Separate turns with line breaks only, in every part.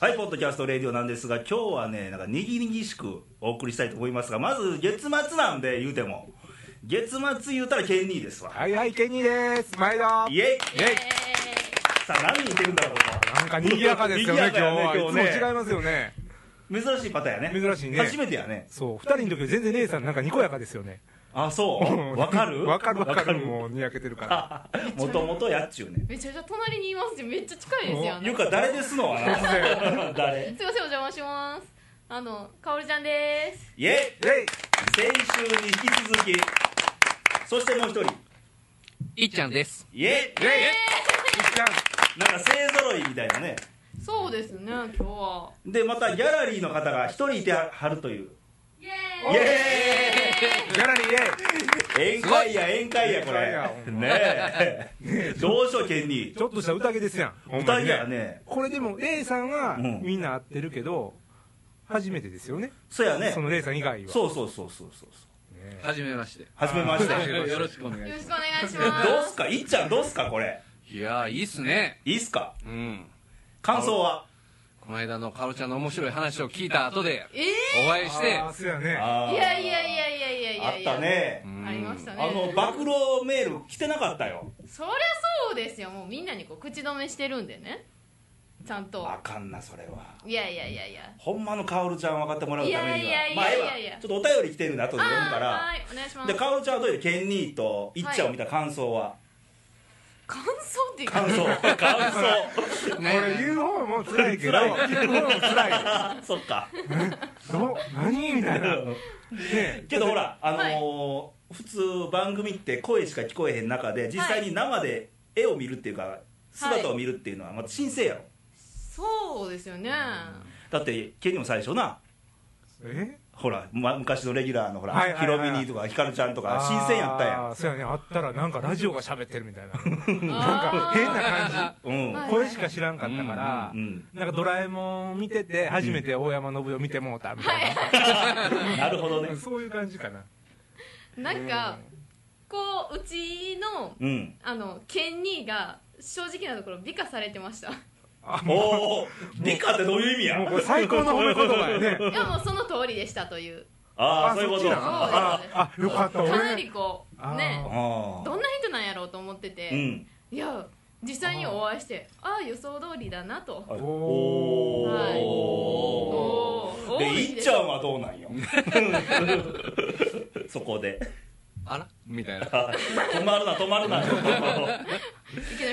はい、ポッドキャストレディオなんですが、今日はね、なんか、にぎにぎしくお送りしたいと思いますが、まず、月末なんで、言うても。月末言うたら、ケンニーですわ。
はいはい、ケニーです。毎度。な
イェイ
イェイ
さあ、何人いてるんだろう
なんか賑やかですよね、今
賑
日
や
は。
か
い
やね
つ
今日ね
も違いますよね。
と。珍しいパターンやね。
珍しいね
初めてやね。
そう、二人の時より全然レイさんなんかにこやかですよね。
あ、そうう。
ん
わかる
わかるわかる。もうにやけてるから。
もともとやっちゅうね。
めちゃめちゃ隣にいますしめっちゃ近いですよあの
ゆうか、誰ですのはな。誰
すいませんお邪魔しますあのかおるちゃんです
イェイ
イェイ
先週に引き続き、そしてもう一人、
いっちゃんです。
イェイ
イェイ
え
いっちゃん
なんか勢揃いみたいなね。
ー、そうですね今日は
で、またギャラリーの方が一人いてはるという。
イ
イエ
ギャラリーイ
ーイ
ェイ
宴会や、宴会や、こ
宴会やほ
れ。
んま
ねえ。どうしよう、ケンニー。
ちょっとした宴ですやん。ほんま
歌
に
い
ね
やね。
これでも、レイさんは
うん
みんな会ってるけど、初めてですよね。
そうやね
そ。のレイさん以外は。
そうそうそうそうそう。
ね
はじめまして。
はじめまして。
あー
ど
よろしくお願い
よ
し
ろ
ま
しくお願いします
うっすかいっちゃんどうっすかこれ。
す。いやー、いいっすね。
いいっすか
うん。
感想は
この間のカロちゃんの面白い話を聞いた後で、
えー
お会いして
あ、ーそうやね。
あー
いやいやいやいやいやいや
あったね
う。ん
ありましたね
あの、暴露メール来てなかったよ。
そりゃそうですよもうみんなにこう口止めしてるんでねちゃんと
あかんな、それは。
いやいやいやいや
ほんまのカオルちゃん分かってもらうために
いや
は。
いやいやいや
まあ、ええわちょっとお便り来てるんで、後で読むか
あー
ら。
はいお願いします
で、カオルちゃんはどういう、ケンニーといっちゃんを見た感想は
感想っていうか
感想。感
これ言う方も辛いけど、
辛い
聞く方も辛
想。
い。
そっか。
どう何みたいな。ねえ
けどほら、あのー普通番組って声しか聞こえへん中で実際に生で絵を見るっていうか姿を見るっていうのはまた新鮮やろ
そうですよね
だってケニーも最初な
え
ほら、ま、昔のレギュラーのほら、
はいはいはいはい
ヒロミニーとかヒカルちゃんとか新鮮やったやん
あーそうやねあったらなんかラジオが喋ってるみたいな なん
あ
か
ー
変な感
うん、
じ
はい
声しか知らんかったから、
うん
なんかドラえもん見てて初めて大山信代見てもうたみたい
なるほど
な、
ね
そういう感じかな
なんかこううちの
うん
あのケンニーが正直なところ美化されてましたい
あ
お
も
お理科ってどういう意味や
うもうこれ最高の褒め言葉やね
やもうその通りでしたという
ああそういうこ
そ
と
っちなん
あ
あああよかった
か
俺
なりこ
あ
う
ー
ね
あ
どんな人なんやろうと思ってて、
うん
いや実際にお会いしてああ予想通りだなと
お
はい
お
おー
で
多い
いっ
です
ちゃんはどうなんよ そこで
あらみたいな。
止まるな止まるな
いきなり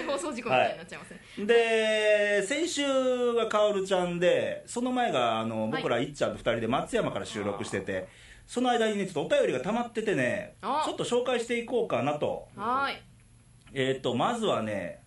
放送事故みたいになっちゃいますね、
で先週はカオルちゃんでその前があの
い
僕らいっちゃんと2人で松山から収録しててその間にねちょっとお便りが溜まっててね
あ
ちょっと紹介していこうかなと
はーい
えっ、とまずはね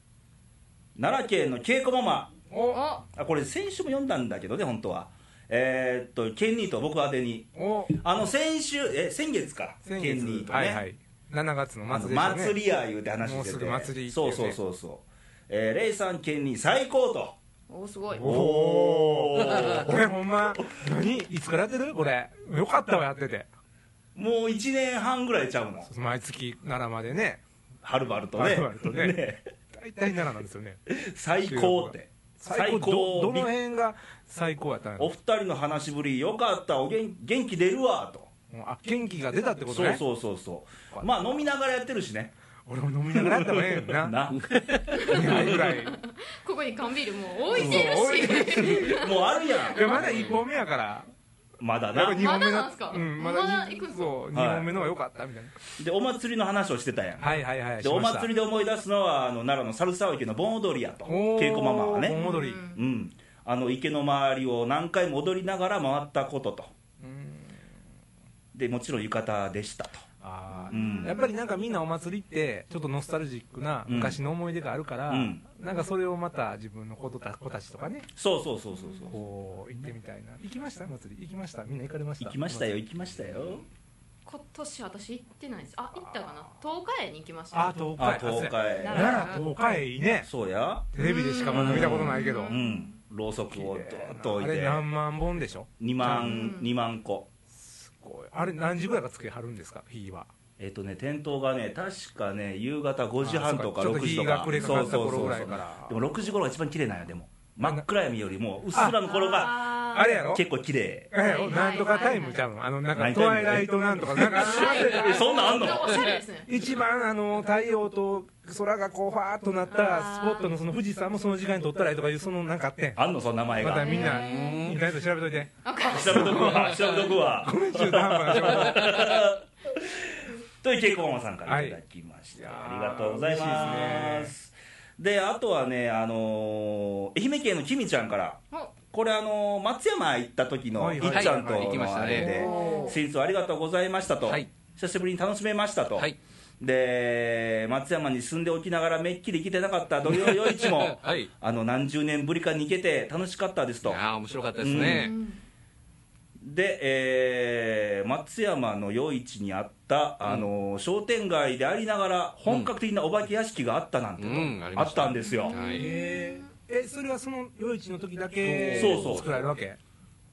奈良県の恵子ママ
お
お
あこれ先週も読んだんだけどね本当はえっ、とケンニーと僕宛てに
お
あの先週え先月か
先
ケ
月
ンニーとね、
はいはい7月の
あ
末
の
でしたね
祭りや言うて話してて
もうすぐ祭りって
そ
いううね
そうそうそう、えー、レイさんケンニー最高と
おすごい
お
ー
これほんま何いつからやってるこれよかったわやってて
もう1年半ぐらいちゃうの
毎月奈良までね
はるばるとね
はるばると ね
ね
大体奈良なんですよね
最高って最高
どどの
びっ
辺が最高やったんや
お
ろ
二人の話しぶりよかったお元元気出るわと
あ元気が出たってこと
そう
ね
そうそうそうまあ飲みながらやってるしね
俺も飲みながらやったらええよな
なもう
2杯ぐらい
ここに缶ビールもう置いてるし
あるやん
いやまだ1本目やから
まだ
やっぱ
な
二本目の
まだなんすか
うん、ま
ま
だ
だ
二
行くんすか
そう
はい
2本目の方が良かったみたいな
でお祭りの話をしてたやん
はいはいはい
で
し
お
ました
祭りで思い出すのはあの奈良の猿沢池の盆踊りやと
おー
稽古ママは
盆
ね
踊り
うん
うんあの池の周りを何回も踊りながら回ったこととでもちろん浴衣でしたと
あ
うん
ーやっぱりなんかみんなお祭りってちょっとノスタルジックな昔の思い出があるから、
うん
なんかそれをまた自分の子とた子たちとかね
そうそうそうそうそう
こう行ってみたいな行きました祭り行きましたみんな行かれました
行きましたよ行きましたよ
今年私行ってないですあ行ったかな東海に行きました
あ東
あ
海
東海
奈良東海いいね
そうや
テレビでしかまだ見たことないけど
うんろうそくをドーッと置い
あれ
て
何万本でしょ
2万
うん
2万個
こうあれ何時ぐらいがつけはるんですか日は
えっとね店頭がね確かね夕方5時半とか
あそう
6時と
ちょっと日
か
が暮れか
そ
か
う
った
そう
頃
そうそ
ぐらいうから
でも6時頃が一番綺麗なんよでも真っ暗闇よりもうっすらの頃が
あれやろ
結構綺麗
ええなんとかタイムちゃうのあのなん
は
か
い
トワイライトなんとかなんか
えそんなんあんの
おしゃれですね
一番あの太陽と空がこうファーっとなったらスポットのその富士山もその時間に撮ったらいいとかいうそのなんかあってん
あんのその名前
また
が
みんな
へー
インターネットで調べといて
わかりました
調べとくわ調べとく わ
中途半端な情報
という稽古ママさんからいただきまして、
はい
ありがとうござい
いやー
ま
嬉しいです
であとはねあのー愛媛県のきみちゃんからこれあのー松山行った時の
はいいはい
っちゃんと
はい行きまし
の
た
あ
ね
れで
おー
スイーツをありがとうございましたと、
はい
久しぶりに楽しめましたと、
はい
で松山に住んでおきながらめっきり来てなかった土曜夜市 も
はい
あの何十年ぶりかに行けて楽しかったですと
ああ面白かったですね、
で、えー松山の夜市にあった、
うん
あのー商店街でありながら本格的なお化け屋敷があったなんてと、
うんあり
あ
まし
ったたんですよ、
はい
ええそれはその夜市の時だけ
そうそう
作られるわけ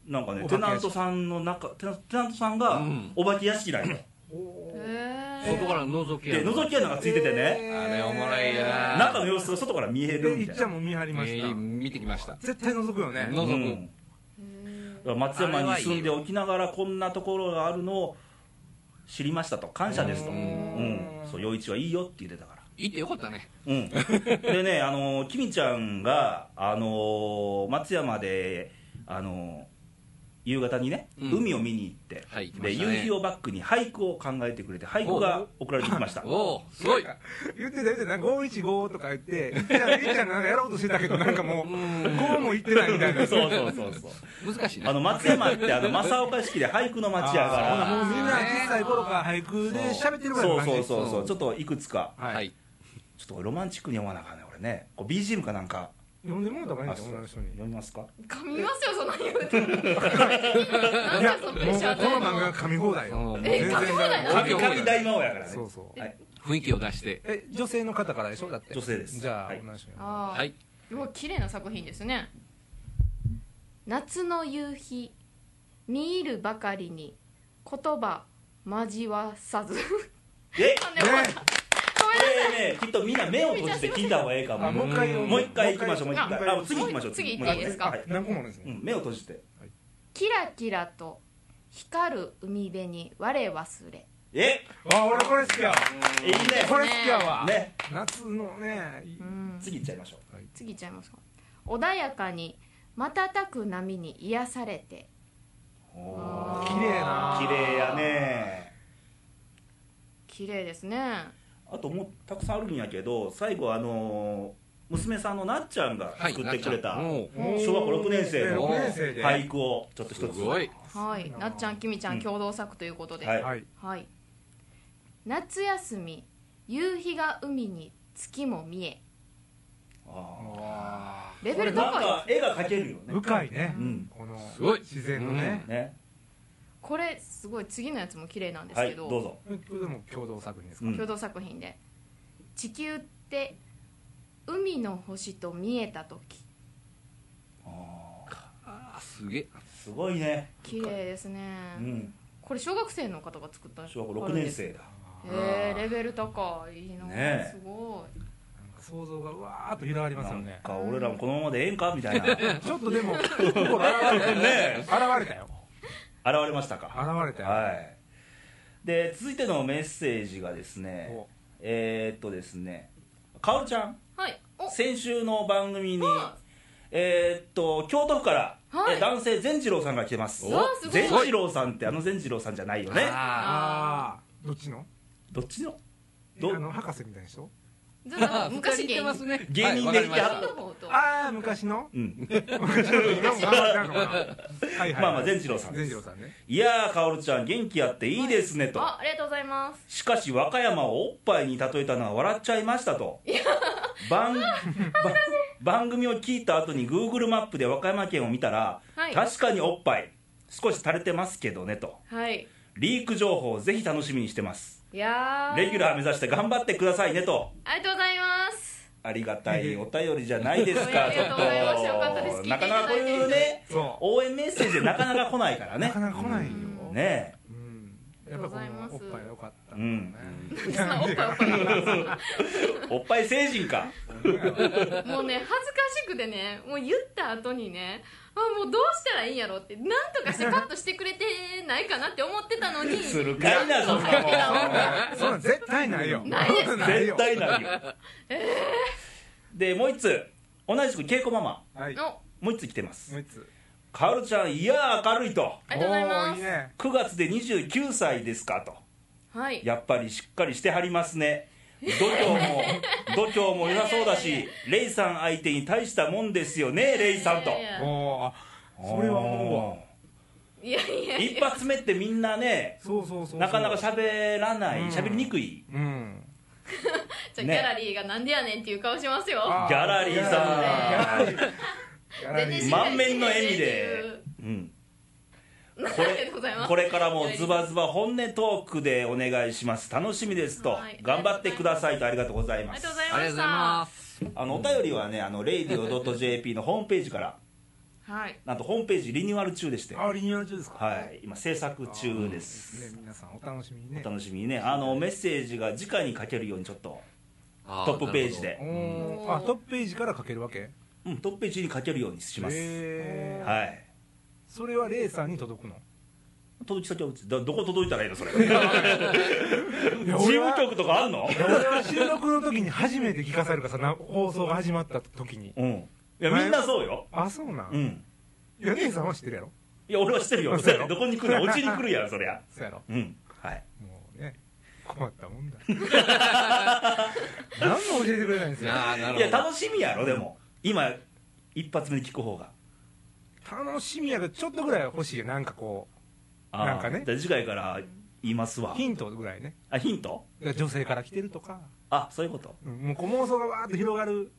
なんかね
お化け屋敷
テナントさんの中テナテナントさんが
うん
お化け屋敷なんよ、
そ
へ
こから覗き
で覗き
や
穴がついててね、
あれおもろいよな
中の様子が外から見える
でい
み
った
い
ちゃ
な、
んも見張りまし
え
た
ー見てきました
絶対覗くよね
覗く、
うんだから松山に住んでおきながらこんなところがあるのを知りましたと感謝ですと、う
うんん
そう夜市はいいよって言ってたから
行ってよかったね
うん、でね、あのー、きみちゃんが、あのー松山で、あのー夕方にね、
うん
海を見に行って、
はい行きま
で
したね
夕日をバックに俳句を考えてくれて俳句が送られてきました
おおすごい
言ってた言ってたなんか515とか言っていっちゃんいっちゃんがなんかやろうとしてたけどなんかもうこうも言ってないみたい な
そうそうそうそう
難しいね
あの松山ってあの正岡式で俳句の町や
あーもう
か
みんな小さい頃から俳句で喋ってる
らそ
ぐらいの
う
感じ
そうそうそう
うん
ちょっといくつか
はい、
はい
ちょっとこれロマンチックに読まなあかんね俺ねこう BGM かなんか
読んでもらった方がいいん
あ
で
そ
す
う
よ
読
女の人に
みますか
ー噛みますよそんなに言うてないん
や
だそ
も
の
う
プレッシャー
この漫画噛み放題
う
よ
ん
え
全然
噛み放題なの
神神大魔王やからね
そうそう
はい、
雰囲気を出して
え女性の方からでしょだって
女性です
じゃあ、
はい
女の人に
あー
はい
もう綺麗な作品ですね夏の夕日見入るばかりに言葉交わさ ず
え
あねごめんなさい
これねきっとみんな目を閉じて聞いた方がええかも
あもう一回読んで
もう一回行きましょう、もう一
もう一
回。
回
あ、次行きましょう。
次
もう
行っていいですか
はい
何個もあるんです
う
ね、
ん、目を閉じて。
キラキラと光る海辺に我忘れ
え、
あ俺これ好きやわ
いいね。
これ好きやわ、
ね、
夏のねいい
うん
次行っちゃいましょ
次いっちゃいますか穏やかに瞬く波に癒されて
う。
おー
綺麗な
綺麗やね。
綺麗ですね
あともうたくさんあるんやけど、最後あのー娘さんのなっちゃんが
はい
作ってくれた。
お
小学校六年生の
6年生で、
俳句をちょっと一
す
つ。
ごい
はいなっちゃんきみちゃ
うん
ん共同作ということで、
はい
はい
はい夏休み夕日が海に月も見え
あ
あ
レ
ーこ
ベ
れ
ル
なん
高い
か絵が描けるよね。
深いね、
うん。
この
すごい
自然のね、
ね。
これすごい次のやつも綺麗なんです
は
け
い、
ど,、
どうぞ。
これでも共同作品ですか、
うん
共同作品で「地球って海の星と見えた時
あー
あすげえ
すごいね。
綺麗ですね、
うん。
これ小学生の方が作った
小学校六年生だ。
へえレベル高いな、
ねえ
すごい
なんか想像がうわーっと広がりますよね
なんか俺らもこのままでええんかみた いな。 ね
ちょっとでも心現れたよ
え。
現れたよ
現れましたか。
現れたよ、
はい、で続いてのメッセージがですね
お
えー、っとですねかおるちゃん
はいお
先週の番組に、
は
えー、っと京都府から、
はい
え男性善次郎さんが来てます
おわ
あすごい
善次郎さんってあの善次郎さんじゃないよね
あ
あ
あどっちの
どっちの
あ
ど
の博士みたいな人
ちょっと なんか昔芸
似て
人
ますね
芸人でいて
はいわ
は
か
っ
り
た
の
まし
方と
ああ昔の
うん、
昔の今も変わったのかなはいはい
まあまあ善次郎さんで
善
す
次郎さんね
いやーかおるちゃん元気やっていいですねと
あありがとうございます
しかし和歌山をおっぱいに例えたのは笑っちゃいましたと番番番組を聞いた後に Google マップで和歌山県を見たら、
はい
確かにおっぱい少し垂れてますけどねと
はい
リーク情報をぜひ楽しみにしてます
いやー
レギュラー目指して頑張ってくださいねと
ありがとうございます
ありがたいお便りじゃないです
いや
か
あり
ちょ
が
っ
とうございますよかったです
となかなかこういう
聞いていただい
ね
そ
応援メッセージでなかなか来ないから
うな
ね
かなか来ないよ、
うん
ね
うん、やっぱこのおっぱいが良かった
うん
ね
そんなおっぱいおっぱい言わないです
えおっぱい成人か
本
もうね恥ずかしくてねもう言った後にねあもうどうしたらいいんやろってなんとかしてカットしてくれてないかなって思ってたのに
するかいなそんなもん
そんなん絶対ないよ
ないですか
ないよ
絶対ないよでもう一つ同じく稽古ママ
はい
お
も
もう一つ来てます
う一つ
カオルちゃんいやー明るいと
ありがとうございま
おーい
す
いね
9月で29歳ですかと
はい
やっぱりしっかりしてはりますね度胸も度胸も良さそうだしレイさん相手に大したもんですよねレイさんと
いやいやいや
おー
それは思
いやいや
うわ
い
一
や
発目ってみんなね
そうそうそうそう
なかなか喋らない
うん
喋りにくい
うん
じゃあギャラリーがなんでやねんっていう顔しますよ
あ
ギャラリーさん
やられ
全
る
然
満面の笑みで、うん、
あ
こ
りがとうございま
れ
す
これからもズバズバ本音トークでお願いします楽しみですと
はい
頑張ってくださいとありがとうござい
あ
ま
りが
す
とうござい
あ
ま
りが
し
とうご
た
ざいます
あのお便りはねあの radio.jp のホームページから
はい
なんとホームページリニューアル中でして
あリニューアル中ですか
はい、今制作中です。
ね皆さんお楽しみに
お
ね
楽しみにね、あのメッセージが直に書けるようにちょっと
あ
トップページで
お、ーあトップページから書けるわけ
うん、トップページに書けるようにします。
へー
はい。
それはレイさんに届くの
届き先はうちどどこ届いたらいいのそれ。事
いや俺
務
は
局とかあんの？
俺は収録の時に初めて聞かされるからさな放送が始まった時に
うん。いやみんなそうよ。
あそうな
うんん。
いやレイさんは知ってるやろ
いや俺は知ってるよ。
そうやろ
どこに来るの？うちに来る やんそりゃ。
そうやろ
うん。はい。
もうね困ったもん だ何も教えてくれないんですよ
ああなる
い
ほど
や楽しみやろでも今一発目に聞く方が。
楽しみやけどちょっとぐらいは欲しいよなんかこ
あー
なんかね
じゃあ次回から言います
う
わ。
ヒントぐらいね
あヒント？
女性から来てるとか
あそういうこと。
うんもうこう妄想がわーっと広がる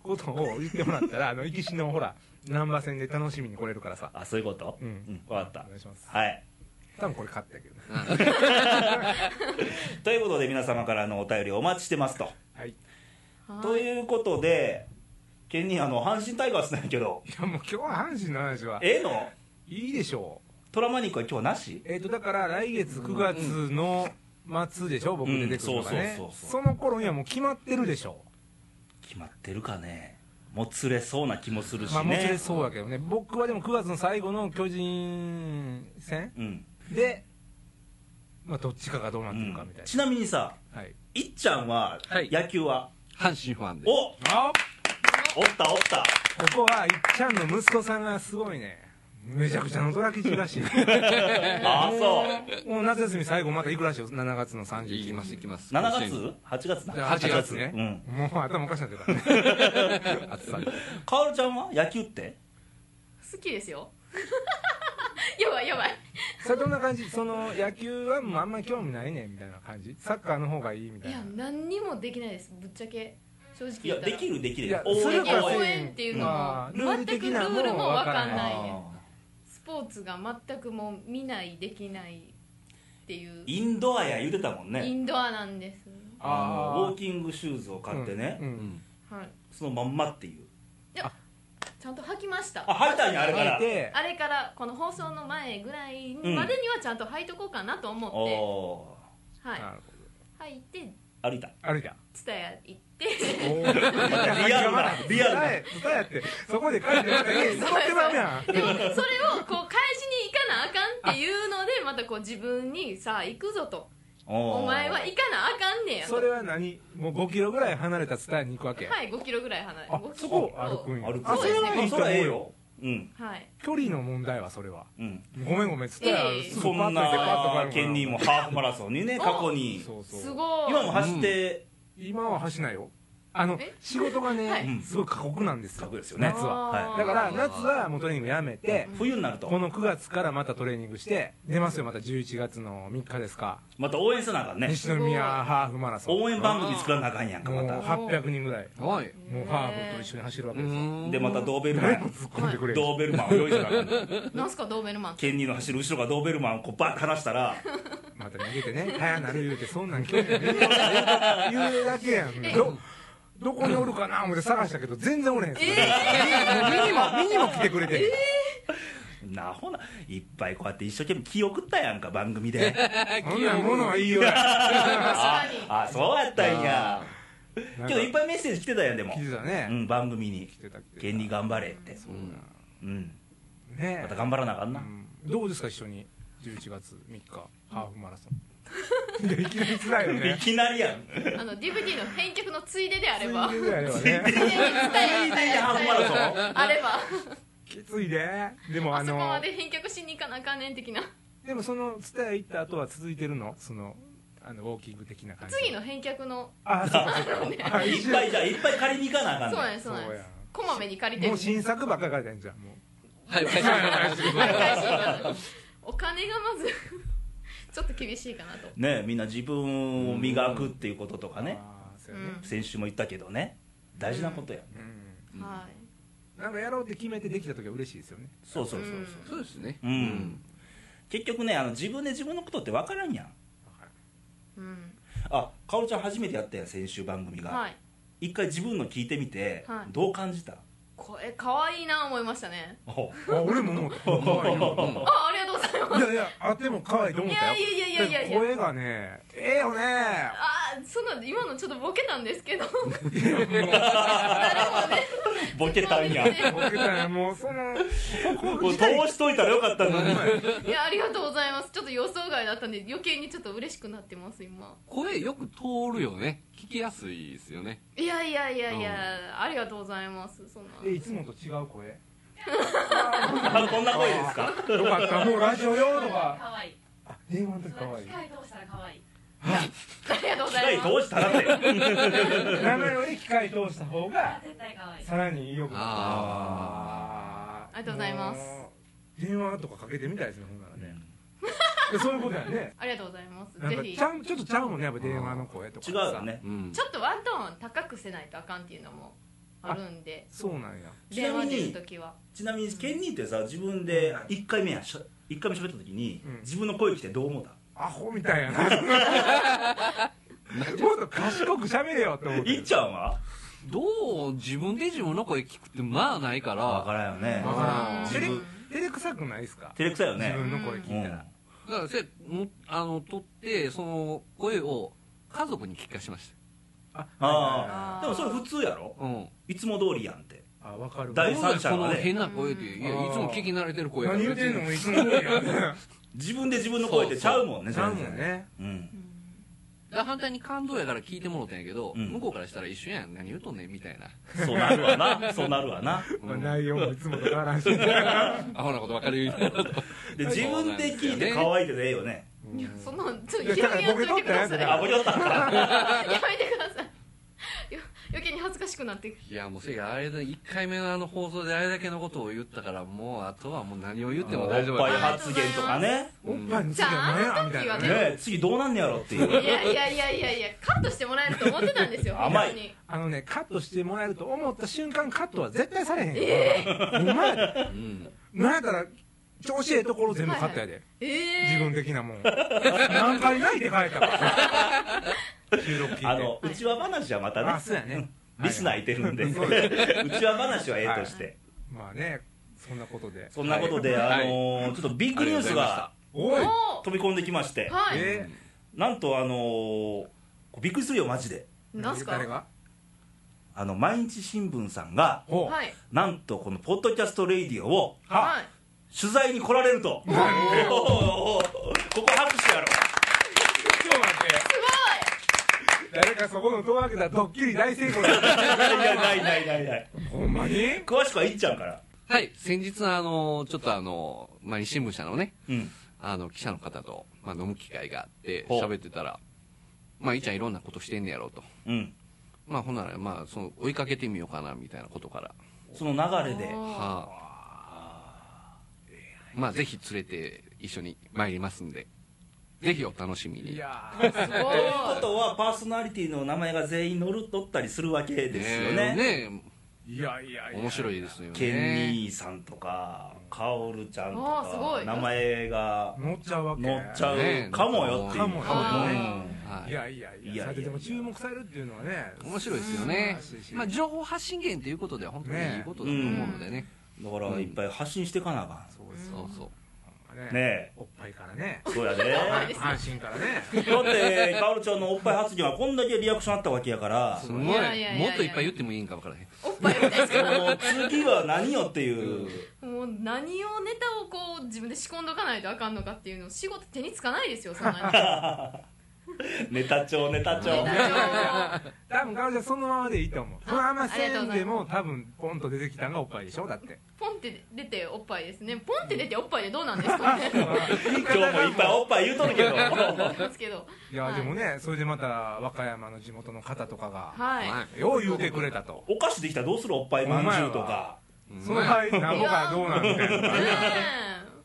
ことを言ってもらった らあの行きしのほら難波線で楽しみに来れるからさ
あそういうこと？
うん
うん。わかった
お。願いします
はい。
多分これ勝ったけどね
ということで皆様からのお便りお待ちしてますと、
はいい
はい
ということでケンニーあの阪神タイガースなんやけど
やもう今日は阪神の話は
ええの
いいでしょう
トラマニックは今日なし
えっ、とだから来月9月の末でしょ、僕
うん
出てくるのがね、
そうそうそうそ
その頃にはもう決まってるでしょ
決まってるかねもつれそうな気もするしね、
まあもちろんそうやけどね僕はでも9月の最後の巨人戦
うん
で、まあ、どっちかがどうなっ
う
てる
ん
かみたいな、
ちなみにさ
はい
いっちゃんは
はい
野球は、
阪神ファンで
お
あ
おったおった
ここはいっちゃんの息子さんがすごいねめちゃくちゃのどらき中 らしい
ああそう
うもう夏休み最後また行くらしいよ7月の30
行
日
きま
ます
行きます
7
甲子園
月8月な
8月ね
うん
もう頭おかしなってるからね暑さで
カオルちゃんは野球って
好きですよ やばいやばい
それどんな感じその野球はもうあんまり興味ないねみたいな感じサッカーの方がいいみた
い
いな
や何にもできないですぶっちゃけ正直
い
言
や
ったら
できるでき
い
る
や
応援
それは
応
応
援
援っていうの
まあ
も
ルール
全く
的
ル
なもん
ールもわかん
わ
な
か
いね
あー
スポーツが全くもう見ないできないっていう
インドアや言うてたもん
イ
ね
ンドアなんです
あのウォー
ー
キングシューズを買ってね、
うんう
うんん
はい
そのまんまっていう
ちゃんと履きました
あ履いたんやあれから
書いて
あれからこの放送の前ぐらいまでにはちゃんと履いとこうかなと思っ
お
て、
お
は
なるほ
い、履いて
ー歩いた
ど歩いた
蔦屋行って
おー
リアルなリアルな
伝え伝えってそこで書いてまた 家に戻ってまうやん
でもそれをこう返しに行かなあかんっていうのでまたこう自分にさあ行くぞとお前は行かなあかんねやと
それは何もう5キロぐらい離れた伝えに行くわけ、
はい5キロぐらい離れ
あ
5キ
そ
ロ
こ歩くんや
歩く
あそれはいいと思う
ええ
よ
ようん
はい
距離の問題はそれは
うん
ごめんごめん伝えは
ええ
すぐ
そ
パッ
ん
と行ってパッと帰
な
る
県にもハーフマラソンにね
お
過去に
そうそう
すごい
今も走って
今は走らないよあの
え
仕事がね、
はい
すごい過酷なんです
過
よ
酷ですよね
夏は
は
だから
あー
夏はもうトレーニングやめて
冬になると
この9月からまたトレーニングして出ますよまた11月の3日ですか
また応援せなあかんね
西宮ハーフマラソン
応援番組作らなあかんやんか
も
ま
う
た
800人ぐらい
はい
もうハーフと一緒に走るわけですよ
でまたドーベル マ
誰も
ン
突っ込んでくれへん
ドーベルマンを用意せなあかんね
なんすかドーベルマン
県にの走る後ろからドーベルマンをこうバッて離したら
また逃げてね早なる言うてそんなん興味ない言うだけやんどどこにおるかな思って探したけど全然おれへんすよ見にも見にも来てくれて
なほないっぱいこうやって一生懸命気送ったやんか番組で
そんなんものはいいよや
確かに
あそうやったんやけどいっぱいメッセージ来てたやんでも
聞いてた
う
ね
ん番組に
来てた来て
「
た
権利頑張れ」ってうん
ね
また頑張らなあかんな
うんどうですか一緒に11月3日ハーフマラソン いやいきなり辛いよ
い
ね
きなりやん
あの DVD の返却のついでであれば
ついでぐらいはね
ついでに伝え伝え
ハーフマラソン
あれば
きついででも
あ
あ
そこま
の
で返却しに行かなあかんねん的な
でもその伝え行った後は続いてるのそのあのウォーキング的な感じ
次の返却の
あそうかそうかあ
いっぱいじゃあいっぱい借りに行かなあかん
そう
ね
なんですそうなんですこまめに借りて
も
る
う新作ばっかり書いてんじゃんもう
はい、大丈夫
毎回そうなのお金がまずちょっと厳しいかなと
ねみんな自分を磨くっていうこととかね
あーそうやね
先週も言ったけどね大事なことや
うん
うん
はい
なんかやろうって決めてできた時は嬉しいですよね
そうそうそう
うん
そう
そうですね。
うん、結局ねあの自分で自分のことって分からんやん
うん
あかおるちゃん初めてやったやん先週番組が、
はい
一回自分の聞いてみて、
はい
どう感じた
声可愛いな思いましたね
お
あ俺も思った可 愛いな
うん
あありがとうござ
い
いま
やいやあっても可愛いと思ったよ
いやいやいやいやいやいや
声がねええよね
ああその今のちょっとボケたんですけど
ボケたんや
僕たちもうその
もう通しといたらよかったのに
いやありがとうございますちょっと予想外だったんで余計にちょっと嬉しくなってます今
声よく通るよね。聞きやすいですよね。
いやいやいやいや、ありがとうございますそん な
えいつもと違う声
あこんな声ですか
よかったもうラジオ用とか
可愛い。
電話の時
それ
可
は
愛
機
い
械通したら可愛い。
ありがとうご
機
ざい
械
ます
通したらって
名前を機械通した方が
絶対可愛い。
さらによく
あ
あー
ありがとうございます
もう電話とかかけてみたいですねほんならねいやそういうことやね
ありがとうございます
なん
ぜ
か
ひ
ち
ちょ
ゃんちょっとちゃうもんねやっぱ電話の声とか
違うよね
う
っ
ん。
とワントーン高くせないとあかんっていうのもあるんで
そうなんや
ちな
電
み
話
に
出るときは
ちなみにケンニーってさ自分で1回目やしゃ一回目喋った時に、
うん
自分の声来てどう思った
アホみたいやなもっと賢く喋れよって思って
いっちゃんは
どう自分で自分の声聞くってまあないか
分
ら、
からんよね
わからん
自
照れ
分
照れくさくないですか
照れくさいよ
自
ね
分の声聞いたら
だからせもあの取ってその声を家族に聞かしまし
あ
あ
でもそれ普通やろ
た。うん。
いつも通りやんって
あわかる
第三者
こ
は
の
ね
変な声って、いやいつも聞き慣れてる声や
何言うてんのもいつも通り やね
自分で自分の声ってちゃうもんね
ちゃう
全
もん
然
ね
うん
だ反対に感動やから聞いてもろたんやけど、
うん
向こうからしたら一緒やん何言うとんねんみたいな、
そうなるわな そうなるわな
まあ
うん
内容もいつもと変わらんし
アホなことばっかり言う て
で自分で聞いて可愛いけどええよね
いやそんなのちょっ
い
と
やだから
広げといてくだ
ボケと
さ
った
い
あ
や
や
ボケとったんか
めてくださいよ余計に恥ずかしくなってくる
いやもうせやからあれだ1回目のあの放送であれだけのことを言ったからもうあとはもう何を言っても大丈
お
夫
っぱい
やな
発言とかね
おっぱいの次は何やみたいな
じゃ
ね
あ
ね次どうなんねやろって いう
いやいやいやいやいやカットしてもらえると思ってたんですよ
甘い
本当に
あのねカットしてもらえると思った瞬間カットは絶対されへんからお前ら
うん
なんやったら調子ええところ全部カットやで
ええ
自分的 なもん何回泣いて帰ったから収録聞いて
あのうちわ話はまた
あ
ね
そうやね
リスナーいてるんで
そ う
うちわ話はええとして
まあねそんなことで
そんなことで、
は
あ
い
のーちょっとビッグニュースが
おい
お
飛び込んできまして
ー、はい、
え
なんと、あのーこうびっくりするよ、マジで、
ー
なんすか
誰が
あの毎日新聞さんが、
お
はいい
なんとこのポッドキャスト・レイディオを
はい
取材に来られると、おーおーここ拍手やろ、
ちょっと待って誰かそこの戸開けたドッキリ大成功だ
いやないないないない、
ほんまに
詳しくはいっちゃうから、
はい先日あのちょっとあの毎日新聞社のね
うん、
あの記者の方と、まあ、飲む機会があって
ほう
喋ってたらまあいいちゃんいろんなことしてんねやろうと
うん、
まあほんならまあその追いかけてみようかなみたいなことから
その流れで、
おー
はあまあぜひ連れて一緒に参りますんでぜひお楽しみに
いやー
すご
というこ
い
とは、パーソナリティの名前が全員乗るとったりするわけですよね。
え
いやいやいや
面白いですよね
ケンニーさんとか、カオルちゃんと
あーすご
か、
い
名前が
乗っちゃうわけ
乗っちゃ
ね
うかもよっていう。
かもよ
うん
はい
いやいやいや
いやいや
さてでも注目されるっていうのはね
面白いですよね
素晴らしいし、
まあ、情報発信源ということでは本当にいいことだと思うのでね
だからいっぱい発信していかなあかん。
そうです
そうそう
ね
ね
おっぱいからね
えそう やで
はい阪神からね
だって薫ちゃんのおっぱい発言はこんだけリアクションあったわけやから
すごい
いやいやいやいや
もっといっぱい言ってもいいんか分からへん
おっぱいみたいですから
もう次は何よっていう
もう何をネタをこう自分で仕込んどかないとあかんのかっていうの仕事手につかないですよそんなに
ネタ帳ネタ帳
多分彼女はそのままでいいと思うそのまませんでも多分ポンと出てきたのがおっぱいでしょだって
ポンって出ておっぱいですねポンって出ておっぱいでどうなんですかね
言い
今日もいっぱいおっぱい言うとるけど
思いますけど
いやでもねそれでまた和歌山の地元の方とかが
はい、
よう言うてくれたと
お菓子できたらどうするおっぱいまんじゅうとか
うん
その場合何ぼかどうなんみたい
ね
な
え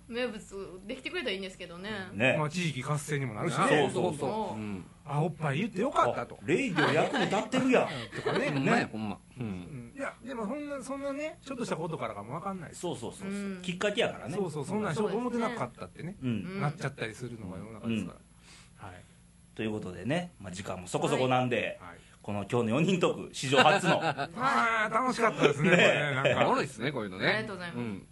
名物できてくれたらいいんですけどね
ね
まあ地域活性にもなるし
そう
ね
そうそう
そう
うん
あおっぱい言ってよかったと
レイディオ役に立ってるやん
とか
ほ
ね
んまやほんまうん
うんいやでもそんなそんなねちょっとしたことからかもわかんないです
そうそうそうそう、
うん
きっかけやからね
そうそうそんなんしようと思ってなかったってね
うん
うん
なっちゃったりするのが世の中ですからはい
ということでね、まあ、時間もそこそこなんで、
はい
この今日の4人トーク史上初の
あー楽しかったですねこれねなん
おも
か
ろいっすねこういうのね
ありがとうございます
ん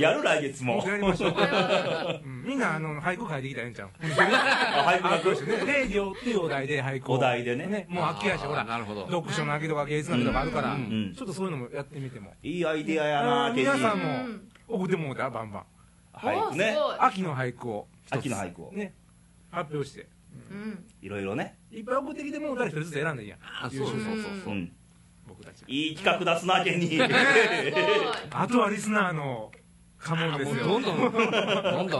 やる来月も
やりましょう
これは
うんみんなあの俳句書いてきたらええんちゃう
あ俳句
あ
書く
そうですよねレイディオっていうお題で俳句を
お題でね
もう秋やしほ
あー
ら
なるほど
読書の秋とか芸術の秋とかあるから、
うんうん
ちょっとそういうのもやってみても
いいアイデアやな
あー
ケニ
皆さん
ー
も
うん
送ってもうたバンバン
俳句ね
おーすごい
秋の俳句を
秋の俳句を
ね発表して
うん
いろいろね、
いっぱい送ってきてもうたら一人ずつ選んでいいやん
あそうそうそう
う、
そうん
僕たち
いい企画出すなケニー
すごい
あとはリスナーの家紋ですよ
どんどんどんど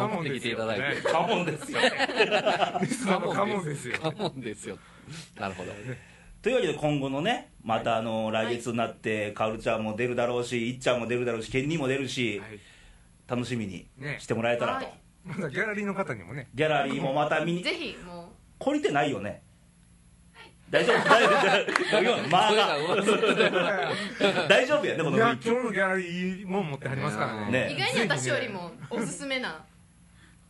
ん送ってきていただいて
カモンですよ
リスナーの家紋ですよ
カモンですよなるほど
というわけで今後のねまたあの来月になってカオルちゃんも出るだろうしいっちゃんも出るだろうしケニーも出るし、
はい
楽しみに
ね
してもらえたらと、
はい
まだギャラリーの方に もね
ギャラリーもまた見に
ぜひも
懲りてないよね大丈夫大丈夫大 丈夫まあ
声
な
が上手い
大丈夫やねこの
いや
雰
今
囲
日のギャラリーいいもん持ってはりますからね
ね
う意外に私よりもおすすめな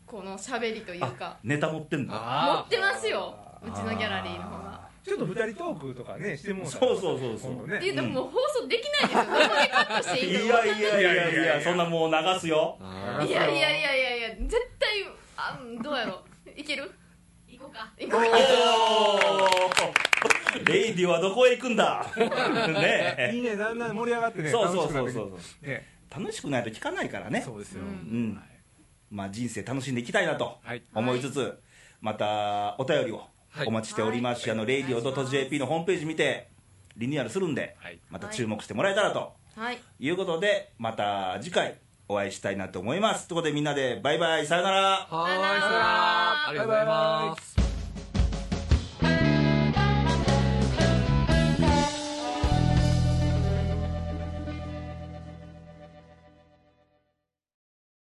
この喋りという
気
か
あネタ持ってんだ
持
あ
ってますようちのギャラリーの方が
ちょっと二人トークとかねしてもたら
そうそうそうそう
今度
ってい
ね
うともう放送できないですよどこでカットして
い
いい
や
の
い
か分かんない
やいやいやいやそんなもう流すよ
あ
いやいやいやいやいや絶対あんどうやろういける
行こうか。
いこ
お
う
ー レイディはどこへ行くんだ
い
ね
いねだんだん盛り上がって
え
ね
そうそうそ
楽
う
しく
そ
なって
う
きてね
楽しくないと聞かないからね
そうですよ
うん
うんまあ人生楽しんでいきたいなと
はい
思いつつまたお便りを
はい
お待ちしておりますしあのレイディオ .jp のホームページ見てリニューアルするんで
はい
また注目してもらえたらと
はい
ということでまた次回お会いしたいなと思いますということでみんなでバイバイさよなら
ーはーいさよならありがとうございます